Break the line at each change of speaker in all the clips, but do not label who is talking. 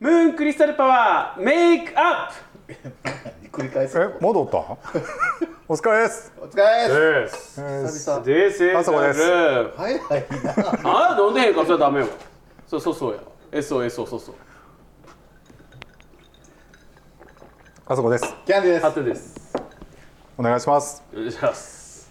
ムーンクリスタルパワーメイクアップ
繰り返す
え戻った お疲れです
お疲れ様
です
です久々
This is
あそこです
the room
早いな
あ飲んでへんからそれはダメよそうそうそうやえそうえそうそうそう
あそこです
キャンディ
ハ
ー
トです
お願いします
よろしくお願いします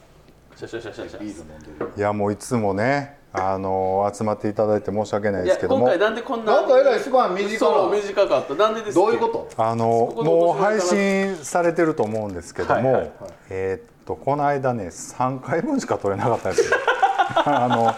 シャシャシャシャシャ
ですビール飲んでる
いやもういつもねあのー集まっていただいて申し訳ない
い
で
や
すけど
今
も
回なんでこんな
なんかえらいすごい短
そう
いな
短かったなんでですっけ
どういうこと
あの
そこの
もう
面白い
配
かな
信されてると思うんですけども、
はいはいはい
えーっとこの間ね3回分しか撮れなかったんですよ あ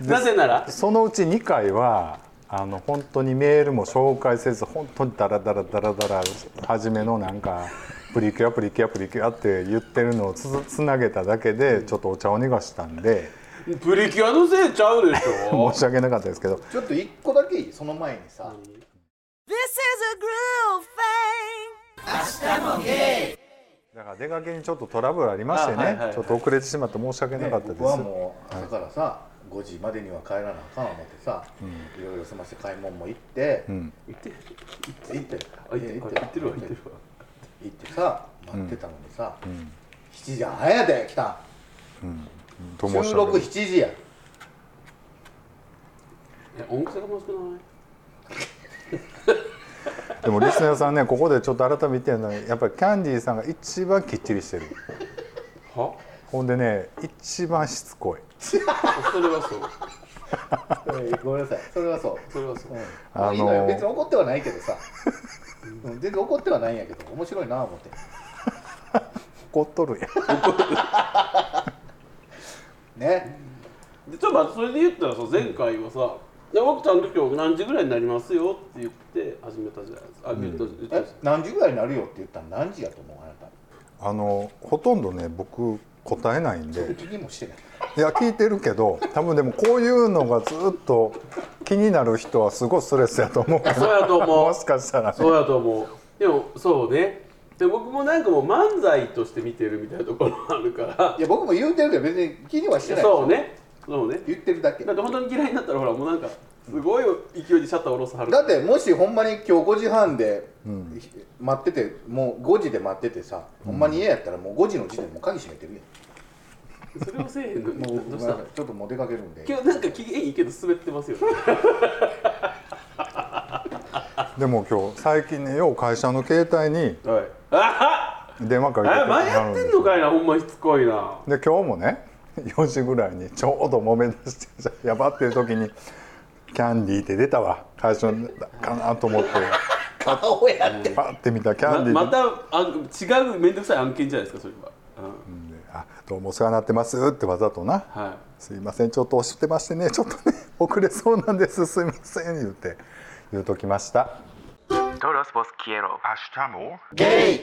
なぜなら
のそのうち2回はあの本当にメールも紹介せず本当にダラダラダラダラ初めのなんかプリキュアプリキュアプリキュアって言ってるのをつつなげただけでちょっとお茶を逃がしたん で
プリキュアのせいちゃうでしょ
申し訳なかったですけど
ちょっと一個だけいいその前にさ
This is a groove thing.
だから出かけにちょっとトラブルありましてね、
あはいはいはい
ちょっと遅れてしまって申し訳なかったです、
僕はもう朝からさ5時までには帰らなあかん思ってさいろいろ済まして買い物も行って
うん、
言って
行って
あ言ってこれ言ってるわ言ってるわ
行ってさ待ってたのにさ
ん
7時早やで来た
と申し
収録
訳ない
7時 や
え音楽がもしくない
でもリスナーさんねここでちょっと改めて言うのはやっぱりキャンディーさんが一番きっちりしてる
は
ほんでね一番しつこい
それはそう
うんごめんなさいそれはそう
それはそう
うん
あのー
いいのよ別に怒ってはないけどさうん全然怒ってはないんやけど面白いな思って
怒っとるやん
ね
でちょっと待ってそれで言ったらさ前回はさ「で僕ちゃんと今日何時ぐらいになりますよ」って言って始めたじゃないですかあ言った言った
え何時ぐらいになるよって言ったら何時やと思うあなた
あのほとんどね僕答えないんで
気にもしてない
いや聞いてるけど多分でもこういうのがずっと気になる人はすごいストレスやと思うから
そうやと思
も
う
しかしたらね
そうやと思うでもそうねで僕もなんかもう漫才として見てるみたいなところもあるから
いや僕も言うてるけど別に気にはしてない
そうねそうね
言ってるだけ
だ
だ
って本当に嫌いになったらほらもうなんかすごい勢いでシャッター下ろすはる
ってもしほんまに今日5時半で待っててもう5時で待っててさほんまに家やったらもう5時の時点でもう鍵閉めてるや
それをせえへんの
んも
に
う
どう
ご
し
めんな
た
さいちょっともう出かけるんで
今日なんか機嫌いいけど滑ってますよね
でも今日最近ねよう会社の携帯に
はいあは
電話かけて
あ
く
間
る
に
よ
合
うに
っ
なるん
て
で
ん
す
の
よ
かいなほんましつこいな
で今日もね4時ぐらいにちょうど揉め出してやばってる時に「キャンディー」って出たわ会社かなと思って
顔やって
パッて見たらキャンディー
ま
で
またあ違う面倒くさい案件じゃないですかそれは、うん
あどうもお世話になってます」ってわざとな
はい
「すいませんちょっと押してましてねちょっとね 遅れそうなんですすいません」言うて言うときました
Todos vos quiero.
ゲイ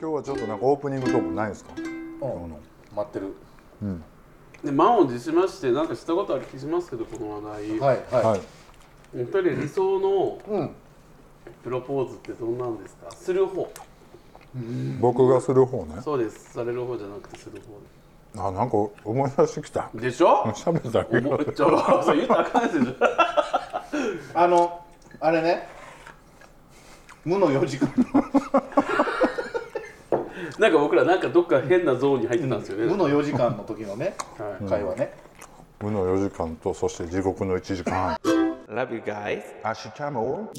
今日はちょっとなんかオープニングトークないんですか
うん待ってる
で満を持しましてなんかしたことある気しますけどこの話題、
はい
は
はい
お二人理想の
うん
プロポーズってどんなんですかする方
僕がする方ね
そうですされる方じゃなくてする方
あなんか思い出してきた
でしょ
喋ったけ
思
ど
っちゃうそう言ったらあかんですよ
あのあれね無の4時間
なんか僕らなんかどっか変なゾーンに入ってたんですよね、
無の4時間の時のね
はい
会話ね
無の4時間とそして地獄の1時間
Love you guys
明日も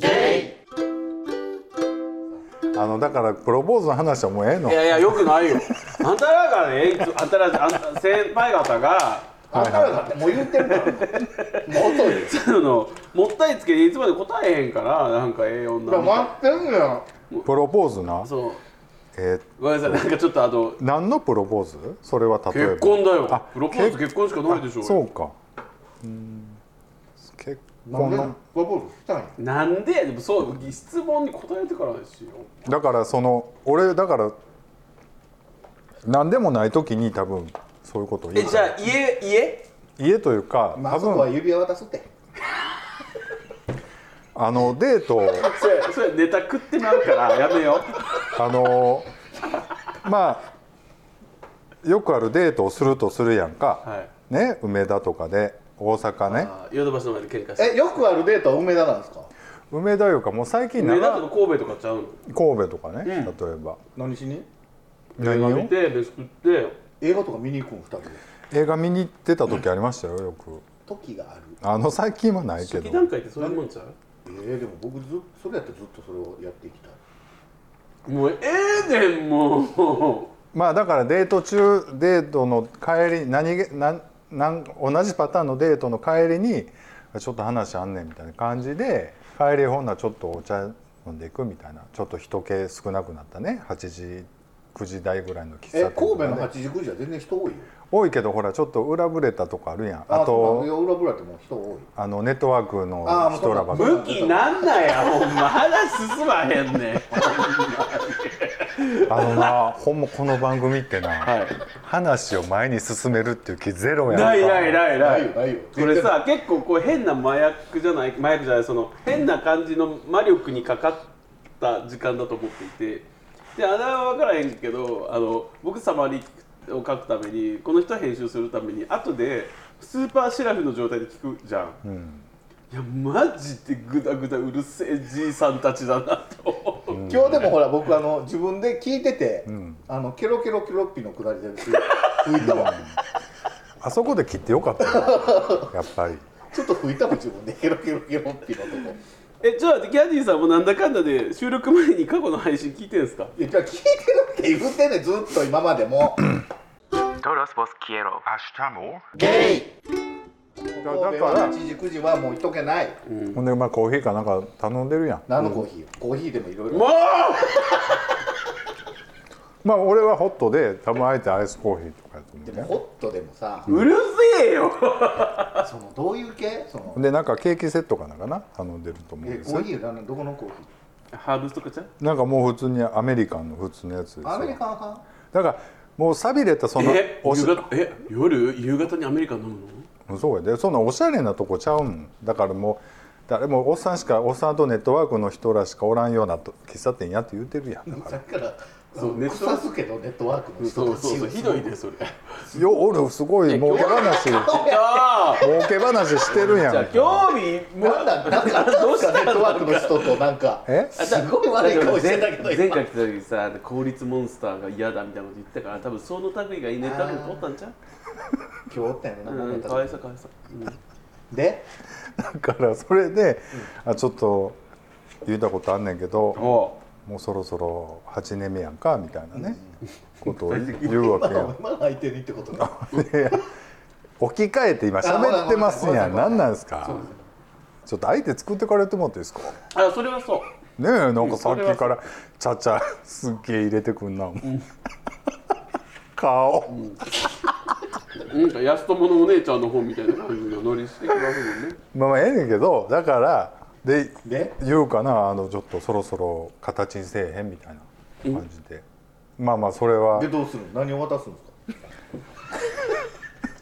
あのだからプロポーズの話はもうええの
いやいやよくないよあんたらがねいつあんたらあんた先輩方が
あんたらだってもう言ってるからもう遅いよ
そのもったいつけていつまで答えへんからなんかええ女みたいな
待ってんのよ
プロポーズな
そう
え
ごめんなさいなんかちょっとあの
ー何のプロポーズそれは例えば
結婚だ
あ
よプロポーズ結婚しかないでしょ
あそうかうん結
なん
婚
で
の
プロポーズしたんや
なんででもそう質問に答えてからですよ
だからその俺だから何でもない時に多分そういうことを言
え
う
じゃあ家家
家というか
まあ
多
あそこは
分
指輪渡すって
あのデートを
それそれネタ食ってまうから やめよ
あのーまあよくあるデートをするとするやんか、
うはい
ね梅田とかで大阪ね
あーヨドバシの前で喧嘩して
えよくあるデートは梅田なんですか
梅田いうかもう最近な
梅田
ら
とか神戸とかちゃうの
神戸とかね、
ん
例えば
何しに
何
映画
を
見て飯食って
映画とか見に行くん二人で
映画見に行ってた時ありましたよよく
時がある
あの最近はないけ
初期
ど
段階ってそういうもんちゃ
えー、でも僕ずっそれやったらずっとそれをやっていきたいう
もうええねんも
まあだからデート中デートの帰り何げなんなん同じパターンのデートの帰りにちょっと話あんねんみたいな感じで帰りほんならちょっとお茶飲んでいくみたいなちょっと人気少なくなったね8時9時台ぐらいの喫
え神戸
茶店とか
の
ね
八時9時は全然人多いよ
多いけどほらちょっと裏ぶれたとこあるやん
あ
あ
と
と
裏ぶらってもう人多い
あのネットワークの
あーもう
人らばっ
う
かり
武器なんなやほんま話進まへんねん
あのなほんまこの番組ってな、話を前に進めるっていう気ゼロやんか
ないないないな
ないいよないよ
これさ結構こう変な麻薬じゃない麻薬じゃないその変な感じの魔力にかかった時間だと思っていてであれは分からへんけどあの僕サマリを書くためにこの人編集するために後でスーパーシェラフの状態で聞くじゃん、いやマジでグダグダうるせえじいさんたちだなと思う、
今日でもほら僕あの自分で聞いてて、あのケロケロケロッピのくだりで吹いたわ
あそこで切ってよかったよやっぱり
ちょっと吹いたもん自分でケロケロケロッピのとこ
えちょっと待ってキャンディーさんもなんだかんだで収録前に過去の配信聞いてんすか
いやじゃあ聞いてるって言ってんねんずっと今までも
Todos vos quiero.
Hashtamo.
ゲイ神
だ
戸
だから
は8時9時はもういとけない
ほんでまあコーヒーかなんか頼んでるやん
何のコーヒー、コーヒーでもいろい
も
ろ
う
まあ俺はホットで多分あえてアイスコーヒーとかやと思
で
う
も
ね
ホットでもさ、
うるせえよ
そのどういう系その
ほんでなんかケーキセットかなんかな頼んでると思うん
え
です
コ
よ
ーヒー何どこのコーヒ
ハーブスとかちゃう
なんかもう普通にアメリカンの普通のやつです
ーアメリ
よ
カン派
だからもうさびれたその
え
おし
夕方え夜夕方にアメリカン飲むの
そうやでそんなおしゃれなとこちゃうもんだからもう誰もおっさんしかおっさんとネットワークの人らしかおらんようなと喫茶店やって言うてるやんだか
だから
そうネットワーク
腐すけどネットワークの
そ
人
う
たち
そうそうひどいでそれじゃ
らよ俺すごい儲け話儲
あ
け話してるや
じゃあ
ん
興味も
なんだなんかあったんですかネットワークの人とな んか
え
すごい悪い顔してたけど
前前回来た時さ効率モンスターが嫌だみたいなこと言ってたから多分その類がいいネタでも取ったんちゃう
今日おったんやろな
うんかわいさかわいさ
で
だからそれで、あちょっと言うたことあんねんけど
おお
もうそろそろ8年目やんかみたいなね、ことを言うわ
今
け
の
よ
今の相手にってことだ
置き換えて今喋ってますや
あ
ん
ごめんごめんごめん
何なんですかちょっと相手作ってからやってもらっていいですか
あそれはそう
ねえなんかさっきからちゃちゃすっげえ入れてくんな、顔、
なんか安友のお姉ちゃんの本みたいな感じのノリしてくださるもんね
まあまあええねんけどだからで
で
言うかなあのちょっとそろそろ形にせえへんみたいな感じで、まあまあそれは
でどうするの何を渡すんですか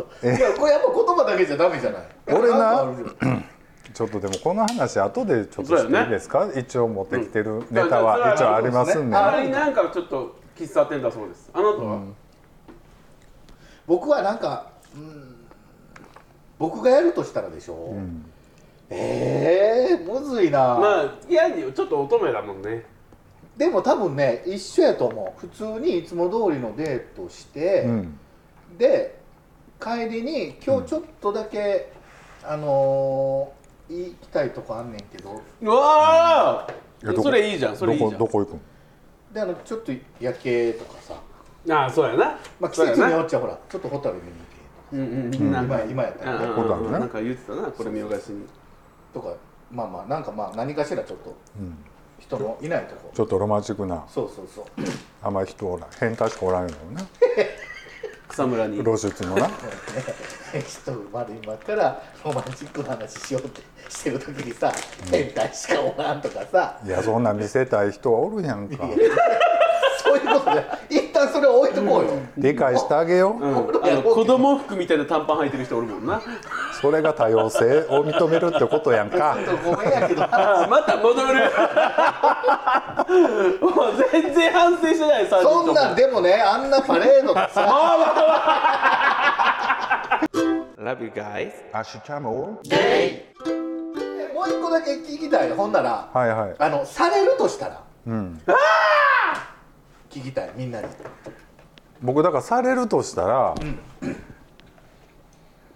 何をいやこれやっぱ言葉だけじゃダメじゃない
俺
やっ
な
ぱあるよ
ちょっとでもこの話後でちょっと
そう
し
だ
て
よ
いい
ね
ですか、一応持ってきてる
ん
ネタは
じ
一応
ゃあ
ありますんで、
それは
あれなんかちょっと喫茶店だそうですあなたは
僕はなんか、うん僕がやるとしたらでしょ、ええー、むずいな、
まあいやちょっと乙女だもんね
でも多分ね一緒やと思う普通にいつも通りのデートして、
うん、
で帰りに今日ちょっとだけ、あのー行きたいとこあんねんけど
うわあ
いやどこ
それいいじゃんそれいいじゃん
どこどこ行
であのちょっと夜景とかさ、
ああそうやな。
まあ、季
そうや
節
な
によっちゃほらちょっとホタル見に行け
うんうんなんか
今今やったらね
うん
こだろうね
なんか言ってたなこれ見よがしに。
とかまあまあなんかまあ何かしらちょっと
くん、うん、
人のいないとこ
ちょっとロマンチックな
そうそう そう
あんまり人おらん変態しかおらんよ うなね
草むらに。
露出のな
人生まれ今からロマンチックな話しようってしてる時にさ変態しかおらんとかさ
いやそんなん見せたい人はおるやんか
そういうことで一旦それを置いとこうよ
理解してあげよう、
うんあの子供服みたいな短パン履いてる人おるもんな。
それが多様性を認めるってことやんか
ちょっとごめんやけど
あまた戻る。 もう全然反省してないさ。
そんなんでもねあんなパレードって さ
Love you guys.
Hashtamo.
う一個だけ聞きたいほんなら、
はいはい
あのされるとしたら
うん
聞きたいみんなに
僕だからされるとしたら、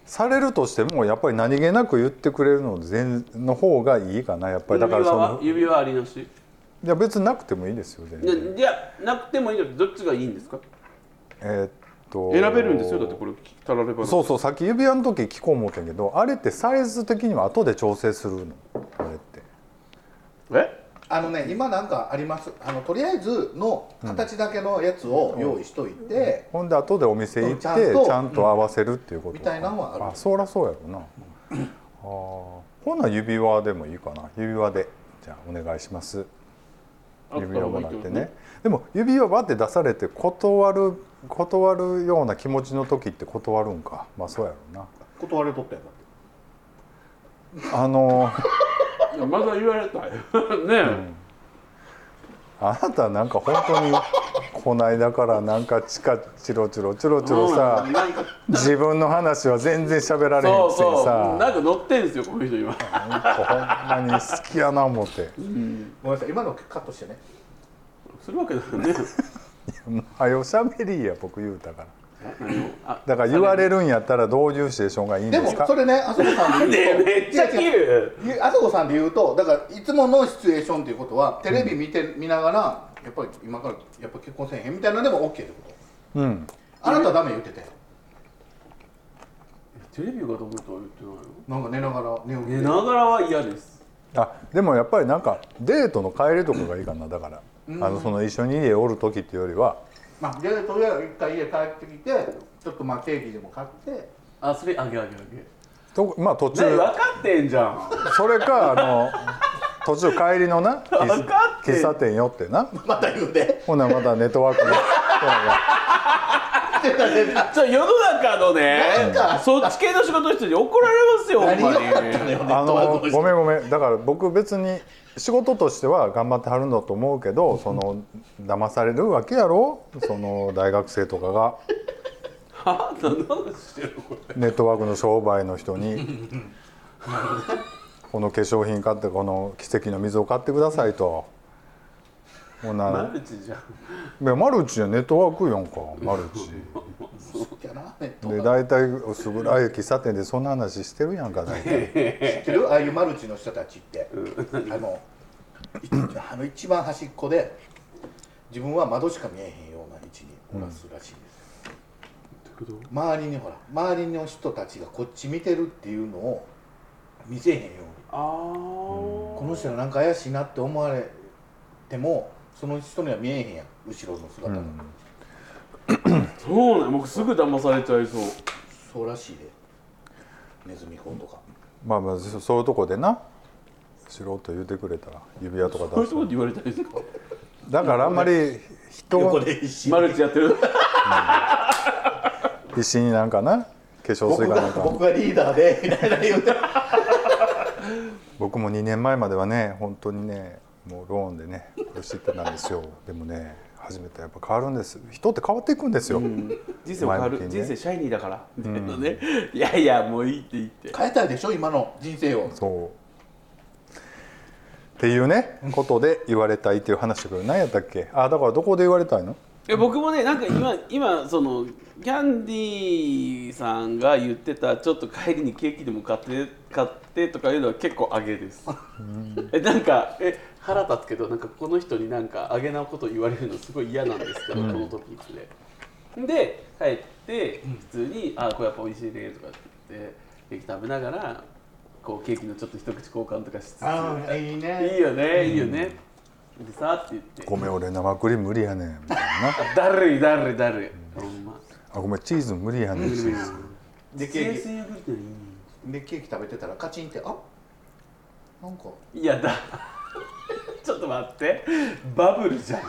されるとしてもやっぱり何気なく言ってくれるの全の方がいいかなやっぱりだから
指
そ
輪は
の
指輪ありなし
いや別になくてもいいですよ全
いや
然
いやなくてもいいのにどっちがいいんですか
えーっと
選べるんですよだってこれたられば
そううそうさっき指輪の時聞こう思ったけどあれってサイズ的には後で調整するのあれって
え
あのね今なんかありますあのとりあえずの形だけのやつを用意しといて、
ほんで後でお店行って
ち
ち
ゃ
ゃ
んと
んと合わせるっていうこと
みたいなのはある
あそらそうやろなあーほんなら指輪でもいいかな指輪でじゃあお願いします
あ
指輪もらっ
いい
て
ど
ねでも指輪バって出されて断る断るような気持ちの時って断るんかまあそうやろうな
断れとったやんだって
あの
いやまだ言われたい ねえ、
あなたなんか本当にこないだからなんかチカチロチロチロチロさ
うんなんか
自分の話は全然喋られへん
そう
くせに
そうなん
さ
か乗ってんですよこの人今
なんかほんまに好きやな思って
ごめんなさい今のカットしてね
するわけだ よね
「はよしゃべりや僕言うたから」
何をあ
だから言われるんやったらどういうシチュエーションがいいん
で
で
も
すか
それねあそこさんで言
ね
うと
めっちゃ切
違う違う
る
ゆあそこさんで言うとだからいつものシチュエーションということはテレビ見て、見ながらやっぱり今からやっぱ結婚せえへんみたいなのでも OK ってこと
うん
あなたはダメ言ってたよ
テレビかと思ったら言ってないよ
なんか寝ながら寝起き
寝
で
ながらは嫌です
あでもやっぱりなんかデートの帰りとかがいいかなだから、あのその一緒に家おる時っていうよりは
まあ、でとりあえず一回家帰ってきてちょっとまあケーキでも買って
あそれあげあげあげ
とまあ途
ね分
中
かってんじゃん
それかあの途中帰りのな 喫
分かってん
喫茶店寄ってな
また言う で
ほなまたネットワーク の
じゃ世の中のね
なん か
そっち系の仕事の人に怒られますよほんま
何
に
があったのよネ
あ
ットワ
の
ーク
ご
の
めんごめんだから僕別に仕事としては頑張ってはるんだと思うけどその騙されるわけやろその大学生とかが
は何の話してるのこれ
ネットワークの商売の人にこの化粧品買ってこの奇跡の水を買ってくださいと。ほな
マルチじゃん
いやマルチやネットワークやんかマルチ
人やなネット
で大体薄暗い喫茶店でそんな話してるやんか大体
知ってるああいうマルチの人たちってあのいあの一番端っこで自分は窓しか見えへんような位置におらすらしいです、周りにほら周りの人たちがこっち見てるっていうのを見せへんように
あー
この人なんか怪しいなって思われてもその人には見えへんやん後ろの姿が、
そうなん僕すぐ騙されちゃいそう
そうらしいでネズミ法とか
まあまあそそういうとこでな素人言うてくれたら指輪とか
そういう
出し
とこで言わ れたいですか
てだからあんまり人
横
を
で一緒
マルチやってる
必死になんかな化粧水
僕
かなん
が
か
僕がリーダーでみたいな言うて
僕も2年前まではね本当にねもうローンでね苦しってたんですよでもね初めてやっぱ変わるんです人って変わっていくんですよ、
人生も変わる、
前向きに
人
ね
生シャイニーだから、みたいなねいやいやもういいって言って
変えたいでしょ今の人生を
そうっていうねことで言われたいっていう話だけど何やったっけあだからどこで言われたいの
いや僕もねなんか今今そのキャンディーさんが言ってたちょっと帰りにケーキでも買って買ってとかいうのは結構あげですえなんかえ腹立つけどなんかこの人になんかあげなこと言われるのすごい嫌なんですけど、このトピックでで帰って普通に「あこれやっぱ美味しいね」とかって言ってケーキ食べながらこうケーキのちょっと一口交換とかしつつ
ああいい
「い
ね
いよねいいよね」でさって言って
ごめん俺生クリーム無理やねんみたいな
「だるいだるいだるい」ほんま。
あごめんチーズ無理やねん
で
ケ
ケ
ー
ー
キ
キでケーキ食べてたらカチンってあなんか
いやだ ちょっと待ってバブルじゃん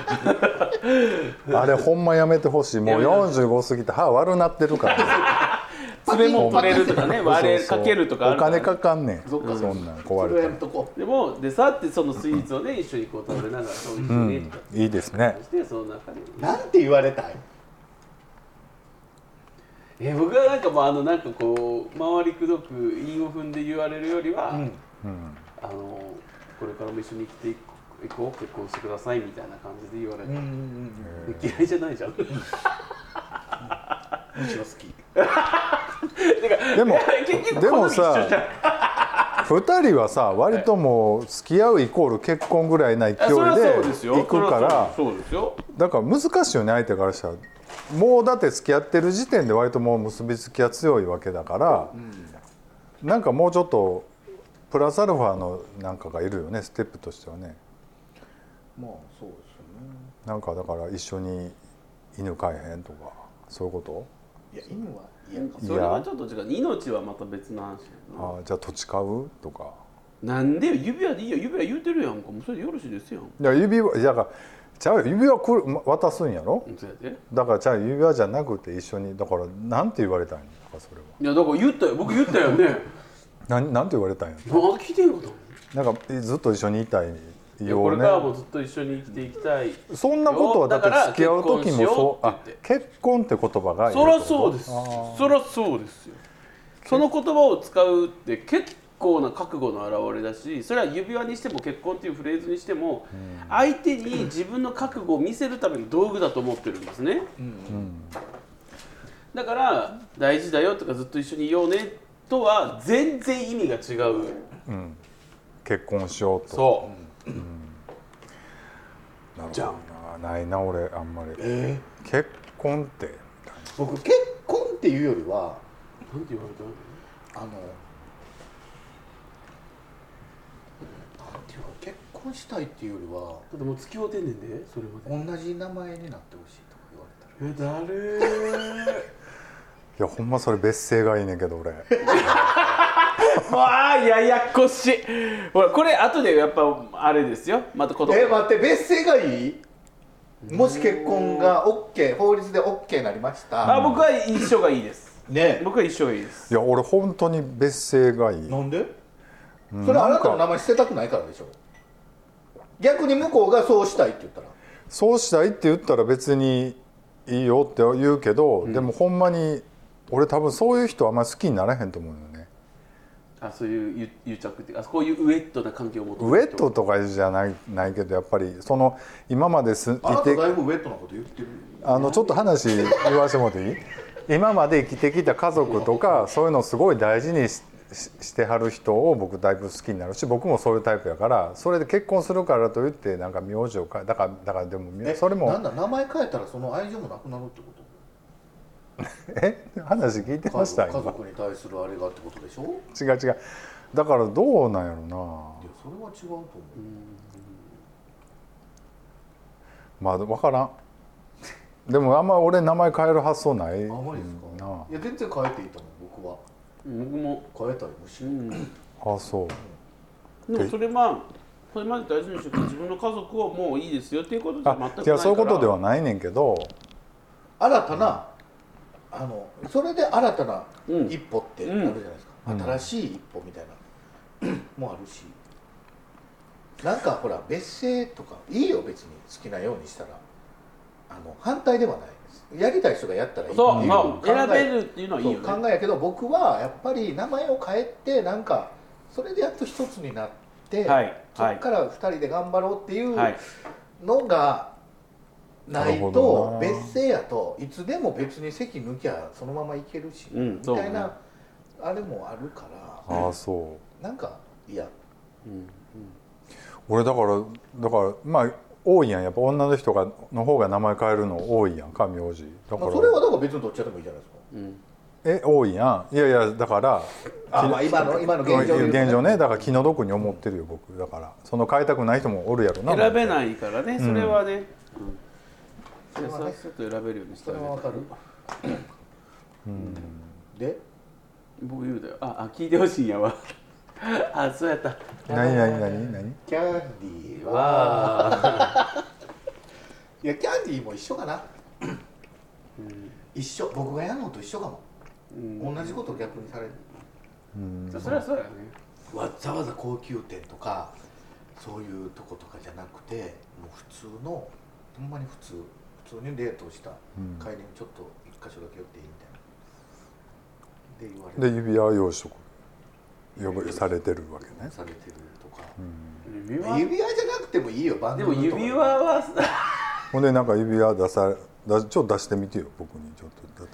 あれほんまやめてほしいも
や
う
め
45過ぎて歯悪なってるから
それも取れるとかね 割れかけるとかあ
お
るら
金かかんねんそ
そっか
んなん壊
それ
れ
や
た
め
ら
とこ
でもでさってそのスイーツをね一緒にこう食べながらそういうねとか
いいですね
してその中で
うなんて言われたいう
えー僕はなんかもうあのなんかこう回りくどく韻を踏んで言われるよりは、
ん
あのこれからも一緒に生きていこう行こう結婚してくださいみたいな感じで言われ
うんう
る、
んうん
嫌いじゃないじゃんてか
むしろ好き
でも
結局
で
好
も
み一緒じゃん
さ2人はさ割ともう付き合うイコール結婚ぐらいな勢いで
あそれはそうですよ
行く
そ
から
れはそうですよ
だから難しいよね相手からしたらもうだって付き合ってる時点で割ともう結びつきが強いわけだから、なんかもうちょっとプラスアルファのなんかがいるよねステップとしてはね
まあそうで
なんかだから一緒に犬飼えへんとかそういうこ
すよねいや犬は嫌かも
それはちょっと違う命はまた別の話や
と、
な
あーじゃあ土地買うとか
なんでよ指輪でいいよ指輪言うてるやんかもうそれでよろしいですやん
いや指輪いやだからちゃうよ指輪くるま渡すんやろ
そうやで
だからじゃあ指輪じゃなくて一緒にだからなんて言われたんやだからそれはい
やだから言ったよ僕言ったよね
なんなんて言われたんや
なんか聞いてんのかと思う
なんかえずっと一緒にいたい
いや
よ
こ
う
れ
ね
からもずっと一緒に生きていきたい
そんなことはだって
だから
付き合う時もそうあ
結婚しようって
結婚って言葉がいる
そらそう
って
ですそらそうですよその言葉を使うって結構な覚悟の表れだしそれは指輪にしても結婚っていうフレーズにしても相手に自分の覚悟を見せるための道具だと思ってるんですね、だから大事だよとかずっと一緒にいようねとは全然意味が違う
結婚しようと
そ
なるほ
じゃ
どなないな俺あんまり、結婚って
僕結婚っていうよりは
うなんて言われたの
あのなんていうか結婚したいっていうよりは
だってもう付き合うてんねんでそれまで
同じ名前になってほしいとか言われたら
えだる ー
いやほんまそれ別姓がいいねんけど俺
わあややこしいほらこれ後でやっぱあれですよまた子供
え待って別姓がいいもし結婚が OK 法律で OK になりました
あ僕は一緒がいいです
ね
僕は一緒がいいです
いや俺本当に別姓がいい
なんでそれあなたの名前捨てたくないからでしょ逆に向こうがそうしたいって言ったら
そうしたいって言ったら別にいいよって言うけど、でもほんまに俺多分そういう人あんまり好きになれへんと思うよね
あそういうゆ癒着っていうかこういうウエットな環境を求
ウ
め
ェ
る
ットとかじゃないないけどやっぱりその今まですいて
あなただいぶウェットなこと言ってる
あのちょっと話言わせてもらっていい今まで生きてきた家族 とかそういうのをすごい大事にしししてはる人を僕だいぶ好きになるし僕もそういうタイプやからそれで結婚するからといってなんか名字を変えだからだからでもみ
え
それ
なん
も
だ名前変えたらその愛情もなくなるってこ
え話聞いて
と
ました
家
今
族に対するあれがってことでしょい
違う違うだからどうなんやろな
やそれは違うと思う
まあ分からんでもあんま俺名前変える発想ない
あまりですか、
うんない
や全然変えていいと思う僕は
僕も
変えたりもし
う
ない
んで
あそう
もそれまあそれまで大事にしてた自分の家族をもういいですよっていうことじゃ全くない
あ
から
いやそういうことではないねんけど
新たな、あのそれで新たな一歩ってあるじゃないですか、
ん
新しい一歩みたいな、 もあるしなんかほら別姓とかいいよ別に好きなようにしたらあの反対ではないですやりたい人がやったらいいっていう
そうまあ
考え
選べるっていうのはいい
そう
よね
考えやけど僕はやっぱり名前を変えてなんかそれでやっと一つになって、
はい
そこから2人で頑張ろうっていう
はい
のがない
なるほ
と
どな
別姓やといつでも別に席抜きゃそのままいけるし、
うん
み
そうね
たいなあれもあるから
ああそう
なんかいや
うん
俺だからだからまあ多いやんやっぱ女の人がの方が名前変えるの多いやんか名字だか
まあ
ら
それはだから別にどっちでもいいじゃないですか
うん
え多いやんいやいやだから
あ、まあ、今の今の現状で言うと
現状ねだから気の毒に思ってるよ僕だからその変えたくない人もおるやろな
選べ
い
ないからねそれはねうん
それは
そう
ね
すると選べるようにして
そ
あ
れ
げ
はわ
た
かるで
僕言うだよああ聞いてほしいんやわ あそうやった
何何何何
キャンディーは
わあ
いやキャンディーも一緒かな、一緒僕がやるのと一緒かも、同じことを逆にされる
そりゃそうやね
わざわざ高級店とかそういうとことかじゃなくてもう普通のほんまに普通普通に冷凍した帰りにちょっと一箇所だけ寄っていいみたいな、で言われ
で指輪用紙とか呼ばれされてるわけね
されてるとか、
指輪
指輪じゃなくてもいいよバン
で
ド
も
のとか
指輪は
ほんでなんか指輪出さ出しちょっと出してみてよ僕にちょっとだ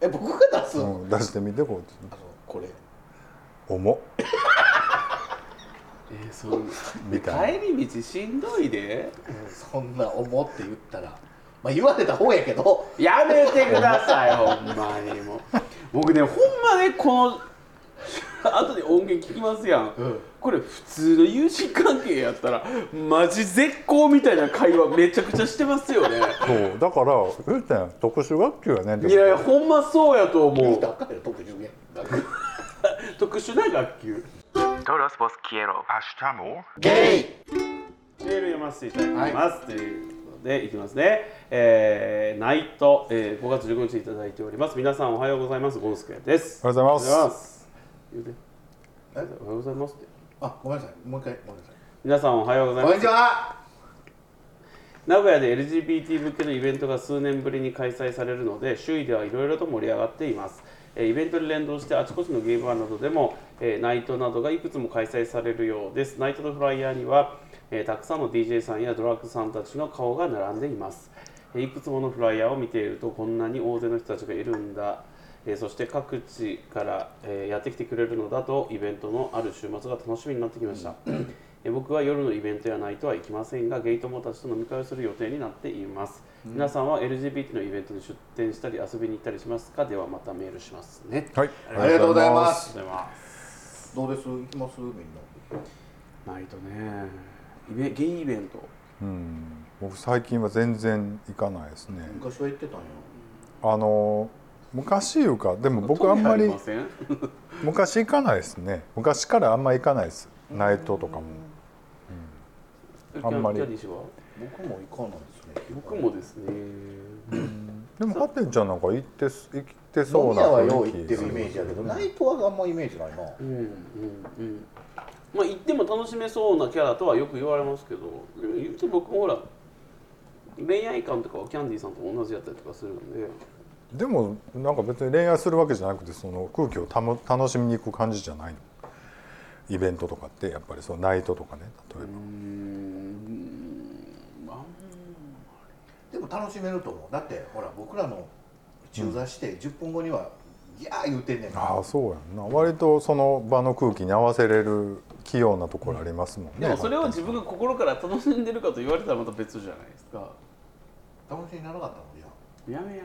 え僕が出す
と、
の、
うん、出してみてこ
あのこれ
う重っ
えー、その
みたい
帰り道しんどいで
そんな思って言ったらまあ言われた方やけど
やめてくださいほんまにもう僕ねほんまねこの後で音源聞きますやん、
うん
これ普通の友人関係やったらマジ絶好みたいな会話めちゃくちゃしてますよね
そうだから言うたやん特殊学級やねん
いやいやほんまそうやと思
言う
う
たらあかんよ特殊や
特殊な学級
Todos vos quiero. Hashtamo.
ゲイ
メール読ませていただきます、ということでいきますね、えー、ナイト、えー、5月15日いただいております皆さんおはようございますゴンスケです
おはようござ
お
います
はようございます言うてお
え
はようございますって
あごめんなさいもう一回ごめんなさい
皆さんおはようござい
こん
ま
に
す
ちは
名古屋で LGBT 向けのイベントが数年ぶりに開催されるので周囲ではいろいろと盛り上がっていますえーイベントに連動してあちこちのゲームバーなどでも、えーナイトなどがいくつも開催されるようですナイトのフライヤーには、えーたくさんの DJ さんやドラッグさんたちの顔が並んでいます、えーいくつものフライヤーを見ているとこんなに大勢の人たちがいるんだえーそして各地から、えーやってきてくれるのだとイベントのある週末が楽しみになってきました、えー僕は夜のイベントやナイトは行きませんがゲイ友達と飲み会をする予定になっています、皆さんは LGBT のイベントに出店したり遊びに行ったりしますかではまたメールしますね
はい
ありがとうございま
あり
す
がとうございます
どうです行きますみんな
ナイトねイベゲイイベント
うん僕最近は全然行かないですね
昔は言ってたんよ
あの昔いうかでも僕あんまり
興味りせん
昔行かないですね昔からあんま行かないですナイトとかもあんまり
キャディー氏は
僕も行かないですね
僕もですね
でもハテンちゃんなんか行ってす行ってそ
飲
う
み
な
屋は
雰
よう
囲
行
気
ってるイメージやけどナイトはあんまイメージないな
うんうんうんまあ行っても楽しめそうなキャラとはよく言われますけどでも言うて僕もほら恋愛観とかはキャンディーさんと同じやったりとかするんで
でもなんか別に恋愛するわけじゃなくてその空気をたも楽しみに行く感じじゃないのイベントとかってやっぱりそのナイトとかね例えば、
でも楽しめると思うだってほら僕らの中座して10分後には「いやー」言うてんねんから
ああそうやんな割とその場の空気に合わせれる器用なところありますもん
で
ね、
もそれを自分が心から楽しんでるかと言われたらまた別じゃないですか
楽しみにならなかったもんいや
やめや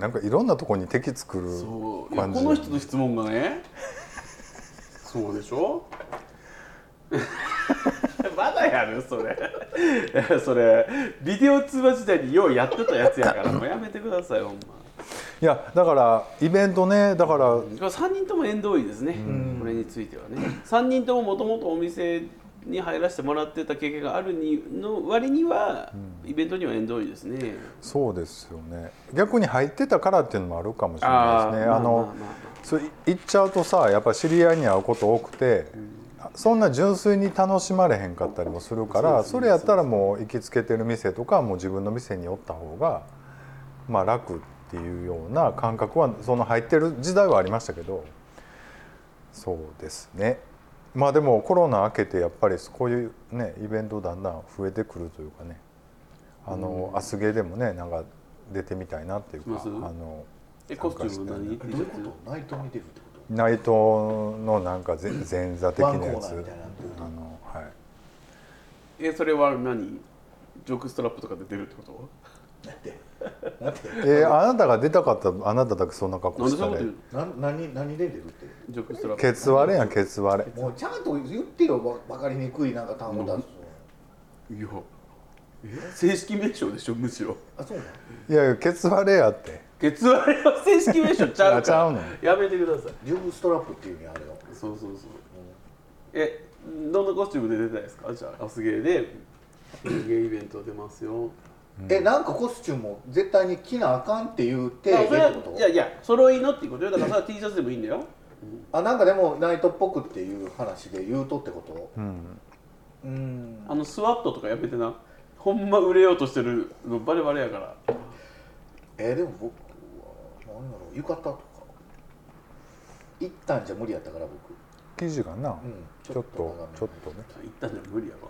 なんかいろんなところに敵作る
そういや
感じ
この人の質問がねそうでしょ まだやるそれ それビデオ通話時代にようやってたやつやからもうやめてくださいほんま
いやだからイベントねだから
3人とも縁遠いですね、これについてはね3人とももともとお店に入らせてもらってた経験があるにの割には、イベントには縁遠いですね
そうですよね逆に入ってたからっていうのもあるかもしれないですね
あーま
あ
あまあ
の
まあ
そうい行っちゃうとさやっぱ知り合いに会うこと多くて、そんな純粋に楽しまれへんかったりもするからそれやったらもう行きつけてる店とかもう自分の店におった方がまあ楽っていうような感覚はその入ってる時代はありましたけどそうですねまあでもコロナ明けてやっぱりこういうねイベントだんだん増えてくるというかねあの、アスゲーでもねなんか出てみたいなっていう
しま
か
す
あの
えコスチューム何
どういうことナイトに出るってこと
ナイトのなんか前前座的
ワンコ
な
ーナ
や
ーみ
つ
たいなの
あのはい
えそれは何ジョークストラップとかで出るってこと
なんてなんて
えーあなたが出たかったらあなただけそんな格
な
好
んで
し
そう
た
いうこと言
ら
うの
なん何何で出るって
ジョークストラップ
ケツ割れやんケツ割れ
もうちゃんと言ってよわ分かりにくいなんか単語出すの
いやえ正式名称でしょむしろ
あそうなの
いやいやケツ割れやって
ケツ割れは正式名称ちゃう
あち
か
ゃ
ら
うの
やめてください
ジョブストラップっていう意味あるよ
そうそうそうえどんなコスチュームで出てたいですかじゃあアスゲーでゲイイベント出ますよ
えなんかコスチュームを絶対に着なあかんっていう手
まあ
でっ
それは
てこ
いや
と
いや揃いのっていうことよだからそれは T シャツでもいいんだよ
あなんかでもナイトっぽくっていう話で言うとってこと
うん
うん
あのスワットとかやめてなほんま売れようとしてるのバレバレやから
えーでも僕は何やろう浴衣とか一旦じゃ無理やったから僕、
記事がな、
うん、
ちょっとちょっとね
言ったんじゃ無理やわ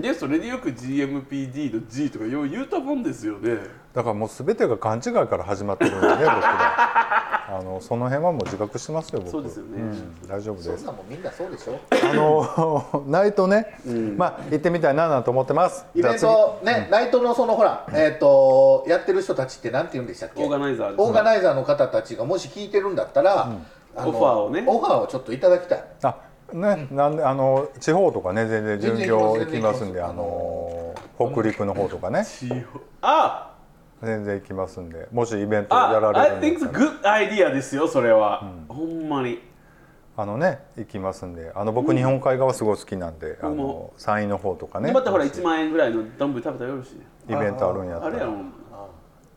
でそれでよく GMPD の G とかよう言うたもんですよね
だからもう全てが勘違いから始まってるんでね僕はあのその辺はもう自覚してますよ僕
そうですよね
ん大丈夫
そ
で
ん
す
なんもうみんなそうでしょ
あの ナイトね、まあ行ってみたいなと思ってます
イベン
じゃあ
トね、ナイトのそのほら、えっ、とやってる人たちってなんて言うんでしたっけ
オーガナイザーですね
オーガナイザーの方たちがもし聞いてるんだったら、あの
オファーをね
オファーをちょっといただきたい
次あね、なんであの地方とかね全然巡業行
全
き
然行き
ま
ます
すん
全然行きます
であの北陸の方とかね
あ
全然行きますんでもしイベントや
あ
ら
I
れる
think
んだ
it's
っ
a
たら
good idea ですよそれは、ほんまに
あのね行きますんであの僕日本海側すごい好きなんで、あ
僕
の
も
山陰の方とかね
でまたほら1万円ぐらいの丼食べたらよろしいね
イベントあるんやった
あれや
ら
ろもん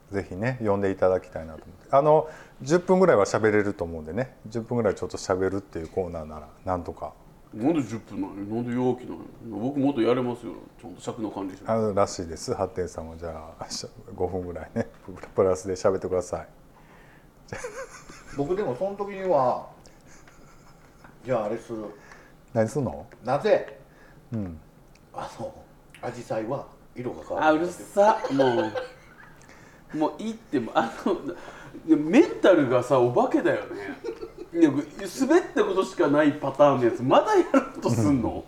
ぜひね呼んでいただきたいなと思ってあの10分ぐらいは喋れると思うんでね10分ぐらいちょっと喋るっていうコーナーならなんとか
なんで10分なのになんで容器なのに僕もっとやれますよちゃんと尺の管理して
あのらしいです発展さんはじゃあしゃ5分ぐらいねプラスで喋ってください
僕でもその時にはじゃああれする
何すんの
なぜ、あのアジサイは色が変わ
あ
る
うるさもうもういいってもうあのいやメンタルがさお化けだよねいや滑ったことしかないパターンのやつまだやろうとすんの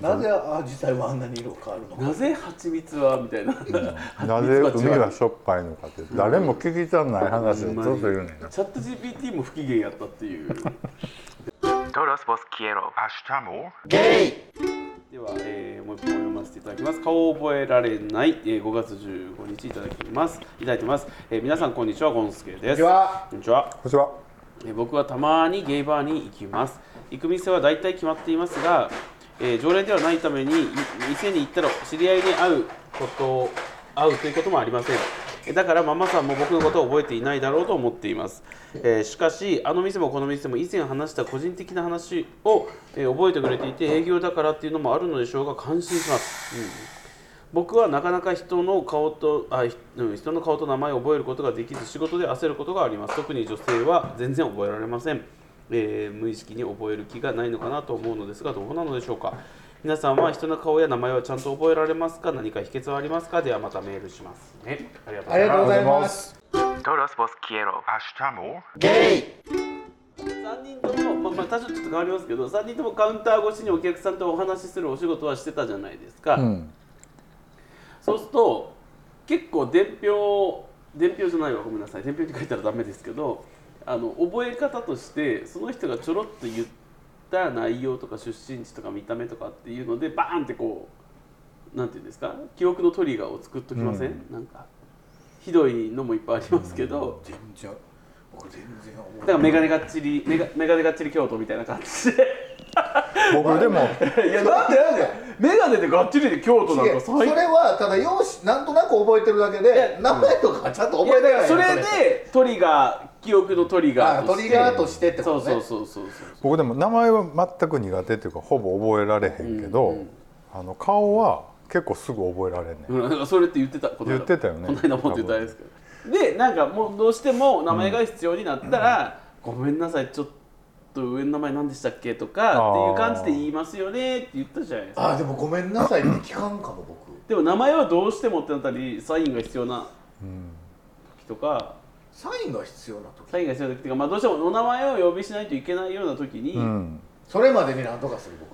なぜアジサイはあんなに色が変わるのか
なぜ蜂蜜はみたいな
なぜ海がしょっぱいのかって誰も聞きたくない話をずっと言うねんな
チャット GPT も不機嫌やったっていう
Todos vos quiero. Hasta more.
ゲイ
では、えーもう一本読ませていただきます顔を覚えられない、えー5月15日いただきますいただいてます、えー皆さんこんにちはゴンスケです
こんにちは
こんにちは
こんにちは
えー僕はたまにゲイバーに行きます行く店は大体決まっていますが、えー常連ではないためにい店に行ったら知り合いに会うこと会うということもありませんえーだからママさんも僕のことを覚えていないだろうと思っています、えーしかしあの店もこの店も以前話した個人的な話を、えー覚えてくれていて営業だからっていうのもあるのでしょうが感心します、うん僕はなかなか人の顔とあひうん人の顔と名前を覚えることができず仕事で焦ることがあります特に女性は全然覚えられません、えー無意識に覚える気がないのかなと思うのですがどうなのでしょうか皆さんは人の顔や名前はちゃんと覚えられますか何か秘訣はありますかではまたメールしますねありがとうござ
あり
い
が
ま
とうござい
ありがとうございま
ますす
Todos vos quiero. Hasta more.
ゲイ
す3人とも、まあ、まあ多少ちょっと変わりますけど3人ともカウンター越しにお客さんとお話しするお仕事はしてたじゃないですか、
うん
そうすると結構伝票伝票じゃないわごめんなさい伝票に書いたらダメですけどあの覚え方としてその人がちょろっと言った内容とか出身地とか見た目とかっていうのでバーンってこうなんていうんですか記憶のトリガーを作っときません、なんかひどいのもいっぱいありますけど、
全然僕全然覚え
だからメガネがっちりメガメガネがっちり京都みたいな感じで
僕でも
いやなんでなんでメガネでがっちりで京都なん
い
か
やそ
最
れ
高
はただ容姿なんとなく覚えてるだけで名前とかはちゃんと
い
覚
や
えて
だ
ない
からそれ
よ
でトリガー記憶のトリガ
あ
ーと
ト
して
リガーとしてって
そ
こ
う
とね
そうそうそうそう
僕でも名前は全く苦手っていうかほぼ覚えられへんけど、あの顔は結構すぐ覚えられんねん、
うん。それって言ってたこの間
言ってたよね
この間もって言ったんですけど。でなんかもうどうしても名前が必要になったら、ごめんなさいちょっと上の名前何でしたっけとかっていう感じで言いますよねって言ったじゃないですか。
あでもごめんなさいって聞かんかも僕
でも名前はどうしてもってなったりサインが必要な時とか。
サインが必要な時
サインが必要な時とか、まあ、どうしてもお名前をお呼びしないといけないような時に、
うん、
それまでに何とかする僕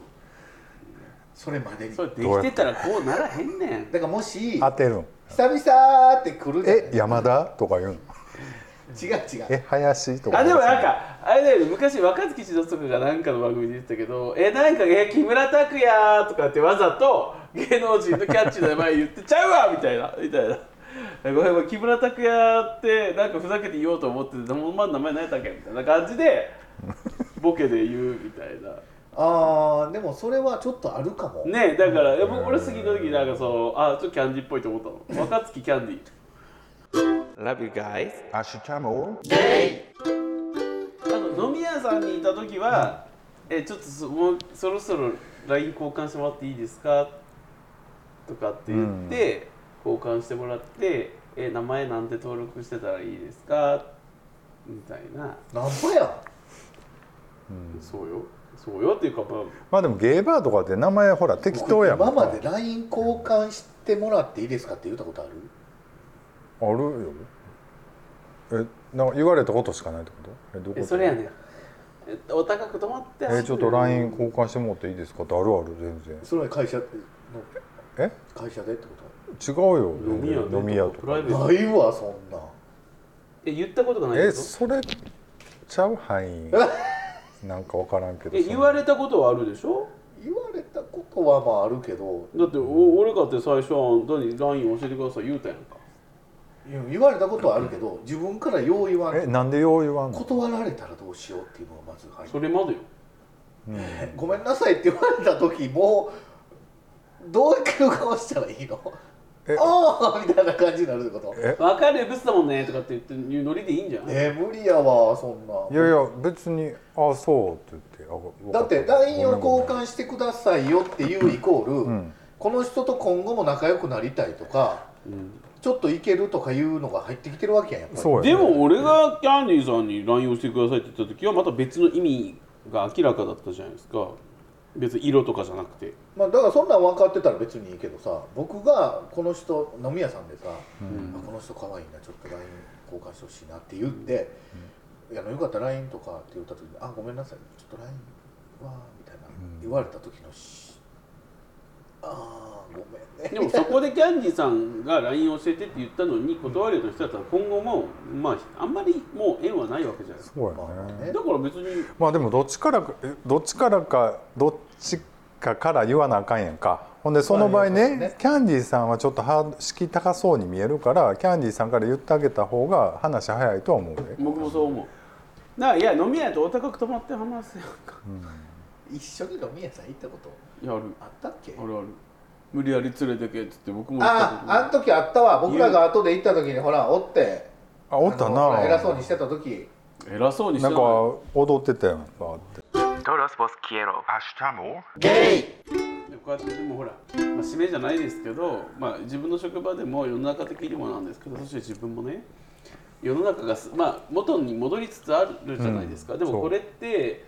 それまでに
それ
だ
できてたらこうならへんねん
からもし
当
久
てるん
々って来るじゃない
え山田とか言うの
違う違う
え林とか
あでもなんかあれだよね昔若槻千夏とかがなんかの番組で言ってたけど「えなんかえ木村拓哉」とかってわざと芸能人のキャッチーな名前言って「ちゃうわ!」みたいなみたいな「えごめんごめん木村拓哉ってなんかふざけて言おうと思っててでもお前の名前何やったっけ?」みたいな感じでボケで言うみたいな。
あーでもそれはちょっとあるかも
ねえだからいや僕俺次の時なんかそうあちょっとキャンディーっぽいと思ったの若槻キャンディー Love you guys
Hasta more.
あの飲み屋さんにいた時は「えちょっとそもうそろそろ LINE 交換してもらっていいですか?」とかって言って、交換してもらって「え名前なんて登録してたらいいですか?」みたいな
なんぼや
そうよそうよっていうかまあ
まあでもゲイバーとかって名前ほら適当やもん
今まで LINE 交換してもらっていいですかって言ったことある
あるよえなんか言われたことしかないってことえどういうこ
え
と
それやねんえっとお高く泊まって
えちょっと LINE 交換してもらっていいですかってあるある全然
それは会社の
え
会社でってこ
違うよ
飲み屋で
飲み屋と
プ
か
ライベ
と
ー
な
ト
いわそんな
え言ったことがない
え
けど
それちゃう範囲なんか分からんけど
え
その
言われたことはあるでしょ
言われたことはまああるけど
だってお俺かって最初はあんたに LINE 教えてください言うたやんか
いや言われたことはあるけど自分からよう言わ
え
ん
なんでよう言わんの
断られたらどうしようっていうのがまず入って
それまでよ
ごめんなさいって言われた時もうどういう顔したらいいの
え
ああみたいな感じになるってこと
え
分かるブスだもんねとかって言って言うノリでいいんじゃない
えー無理やわそんない
やいや別に「あそう」って言ってあわ
だって
わかた
LINE を交換してくださいよっていうイコール、
ん
この人と今後も仲良くなりたいとか
うん
ちょっといけるとかいうのが入ってきてるわけやんやっぱり
そうやね
でも俺がキャンディーさんに LINE をしてくださいって言った時はまた別の意味が明らかだったじゃないですか別に色とかじゃなくて
まあ、だからそんなん分かってたら別にいいけどさ僕がこの人飲み屋さんでさ、あこの人可愛いなちょっと LINE 交換してほしいなって言って「いやあのよかったら LINE とか」って言った時に「あごめんなさいちょっと LINE は」みたいな言われた時のし「ああごめんね
でもそこでキャンディーさんが LINE 教えてって言ったのに断るような人だったら今後もまああんまりもう縁はないわけじゃないですか
そう
ま
や
あ
ね
ね
だから別に
まあでもどっちからかえどっちからかどっちかから言わなあかんやんかほんでその場合
まあ
ね
言うことね
キャンディーさんはちょっとハード敷居高そうに見えるからキャンディーさんから言ってあげた方が話早いとは思うで
僕もそう思うだからいや飲み屋とお高く泊まって話せよか
一緒に飲み屋さん行ったこと
やる
あったっけ
あるある無理やり連れてけっつって僕も
あああの時あったわ僕らが後で行った時にほらおって
あおった
あのほ
な
ら偉そうにしてた時
偉そうにして
な
なんい
か踊ってたやんバーって。
Todos vos quiero. Pashtamo.
ゲイ
でこうやってでもほら、まあ、使命じゃないですけど、まあ、自分の職場でも世の中的にもなんですけどそして自分もね世の中がす、まあ、元に戻りつつあるじゃないですか、でも
そう
これって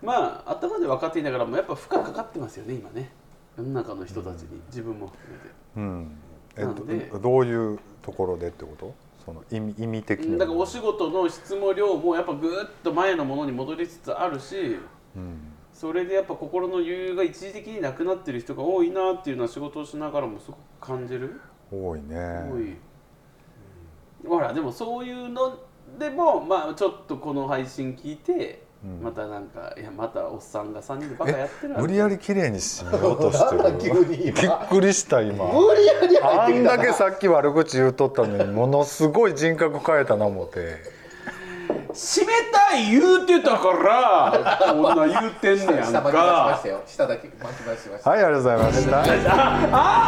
まあ頭で分かっていながらもやっぱ負荷かかってますよね今ね世の中の人たちに、自分も含めて。
うんえ
なので
どどういうところでってことその意味意味的
うん
に
だからお仕事の質も量もやっぱぐーっと前のものに戻りつつあるし
うん
それでやっぱ心の余裕が一時的になくなってる人が多いなっていうのは仕事をしながらもすごく感じる、
多いね
多い、ほらでもそういうのでもまあちょっとこの配信聞いて、
うん
またなんかいやまたおっさんが3人でバカやってるわ
無理やり綺麗にしようとして
なんだ急
る
に
びっ
今
くりした今
無理やり
あ
入って
ん
きた
だ
な
けさっき悪口言うとったのにものすごい人格変えたな思って
締めたい言うてたからこんな言うてんねやん
下巻き出しま
か
したよ下だけ巻き出しました
はいありがとうございました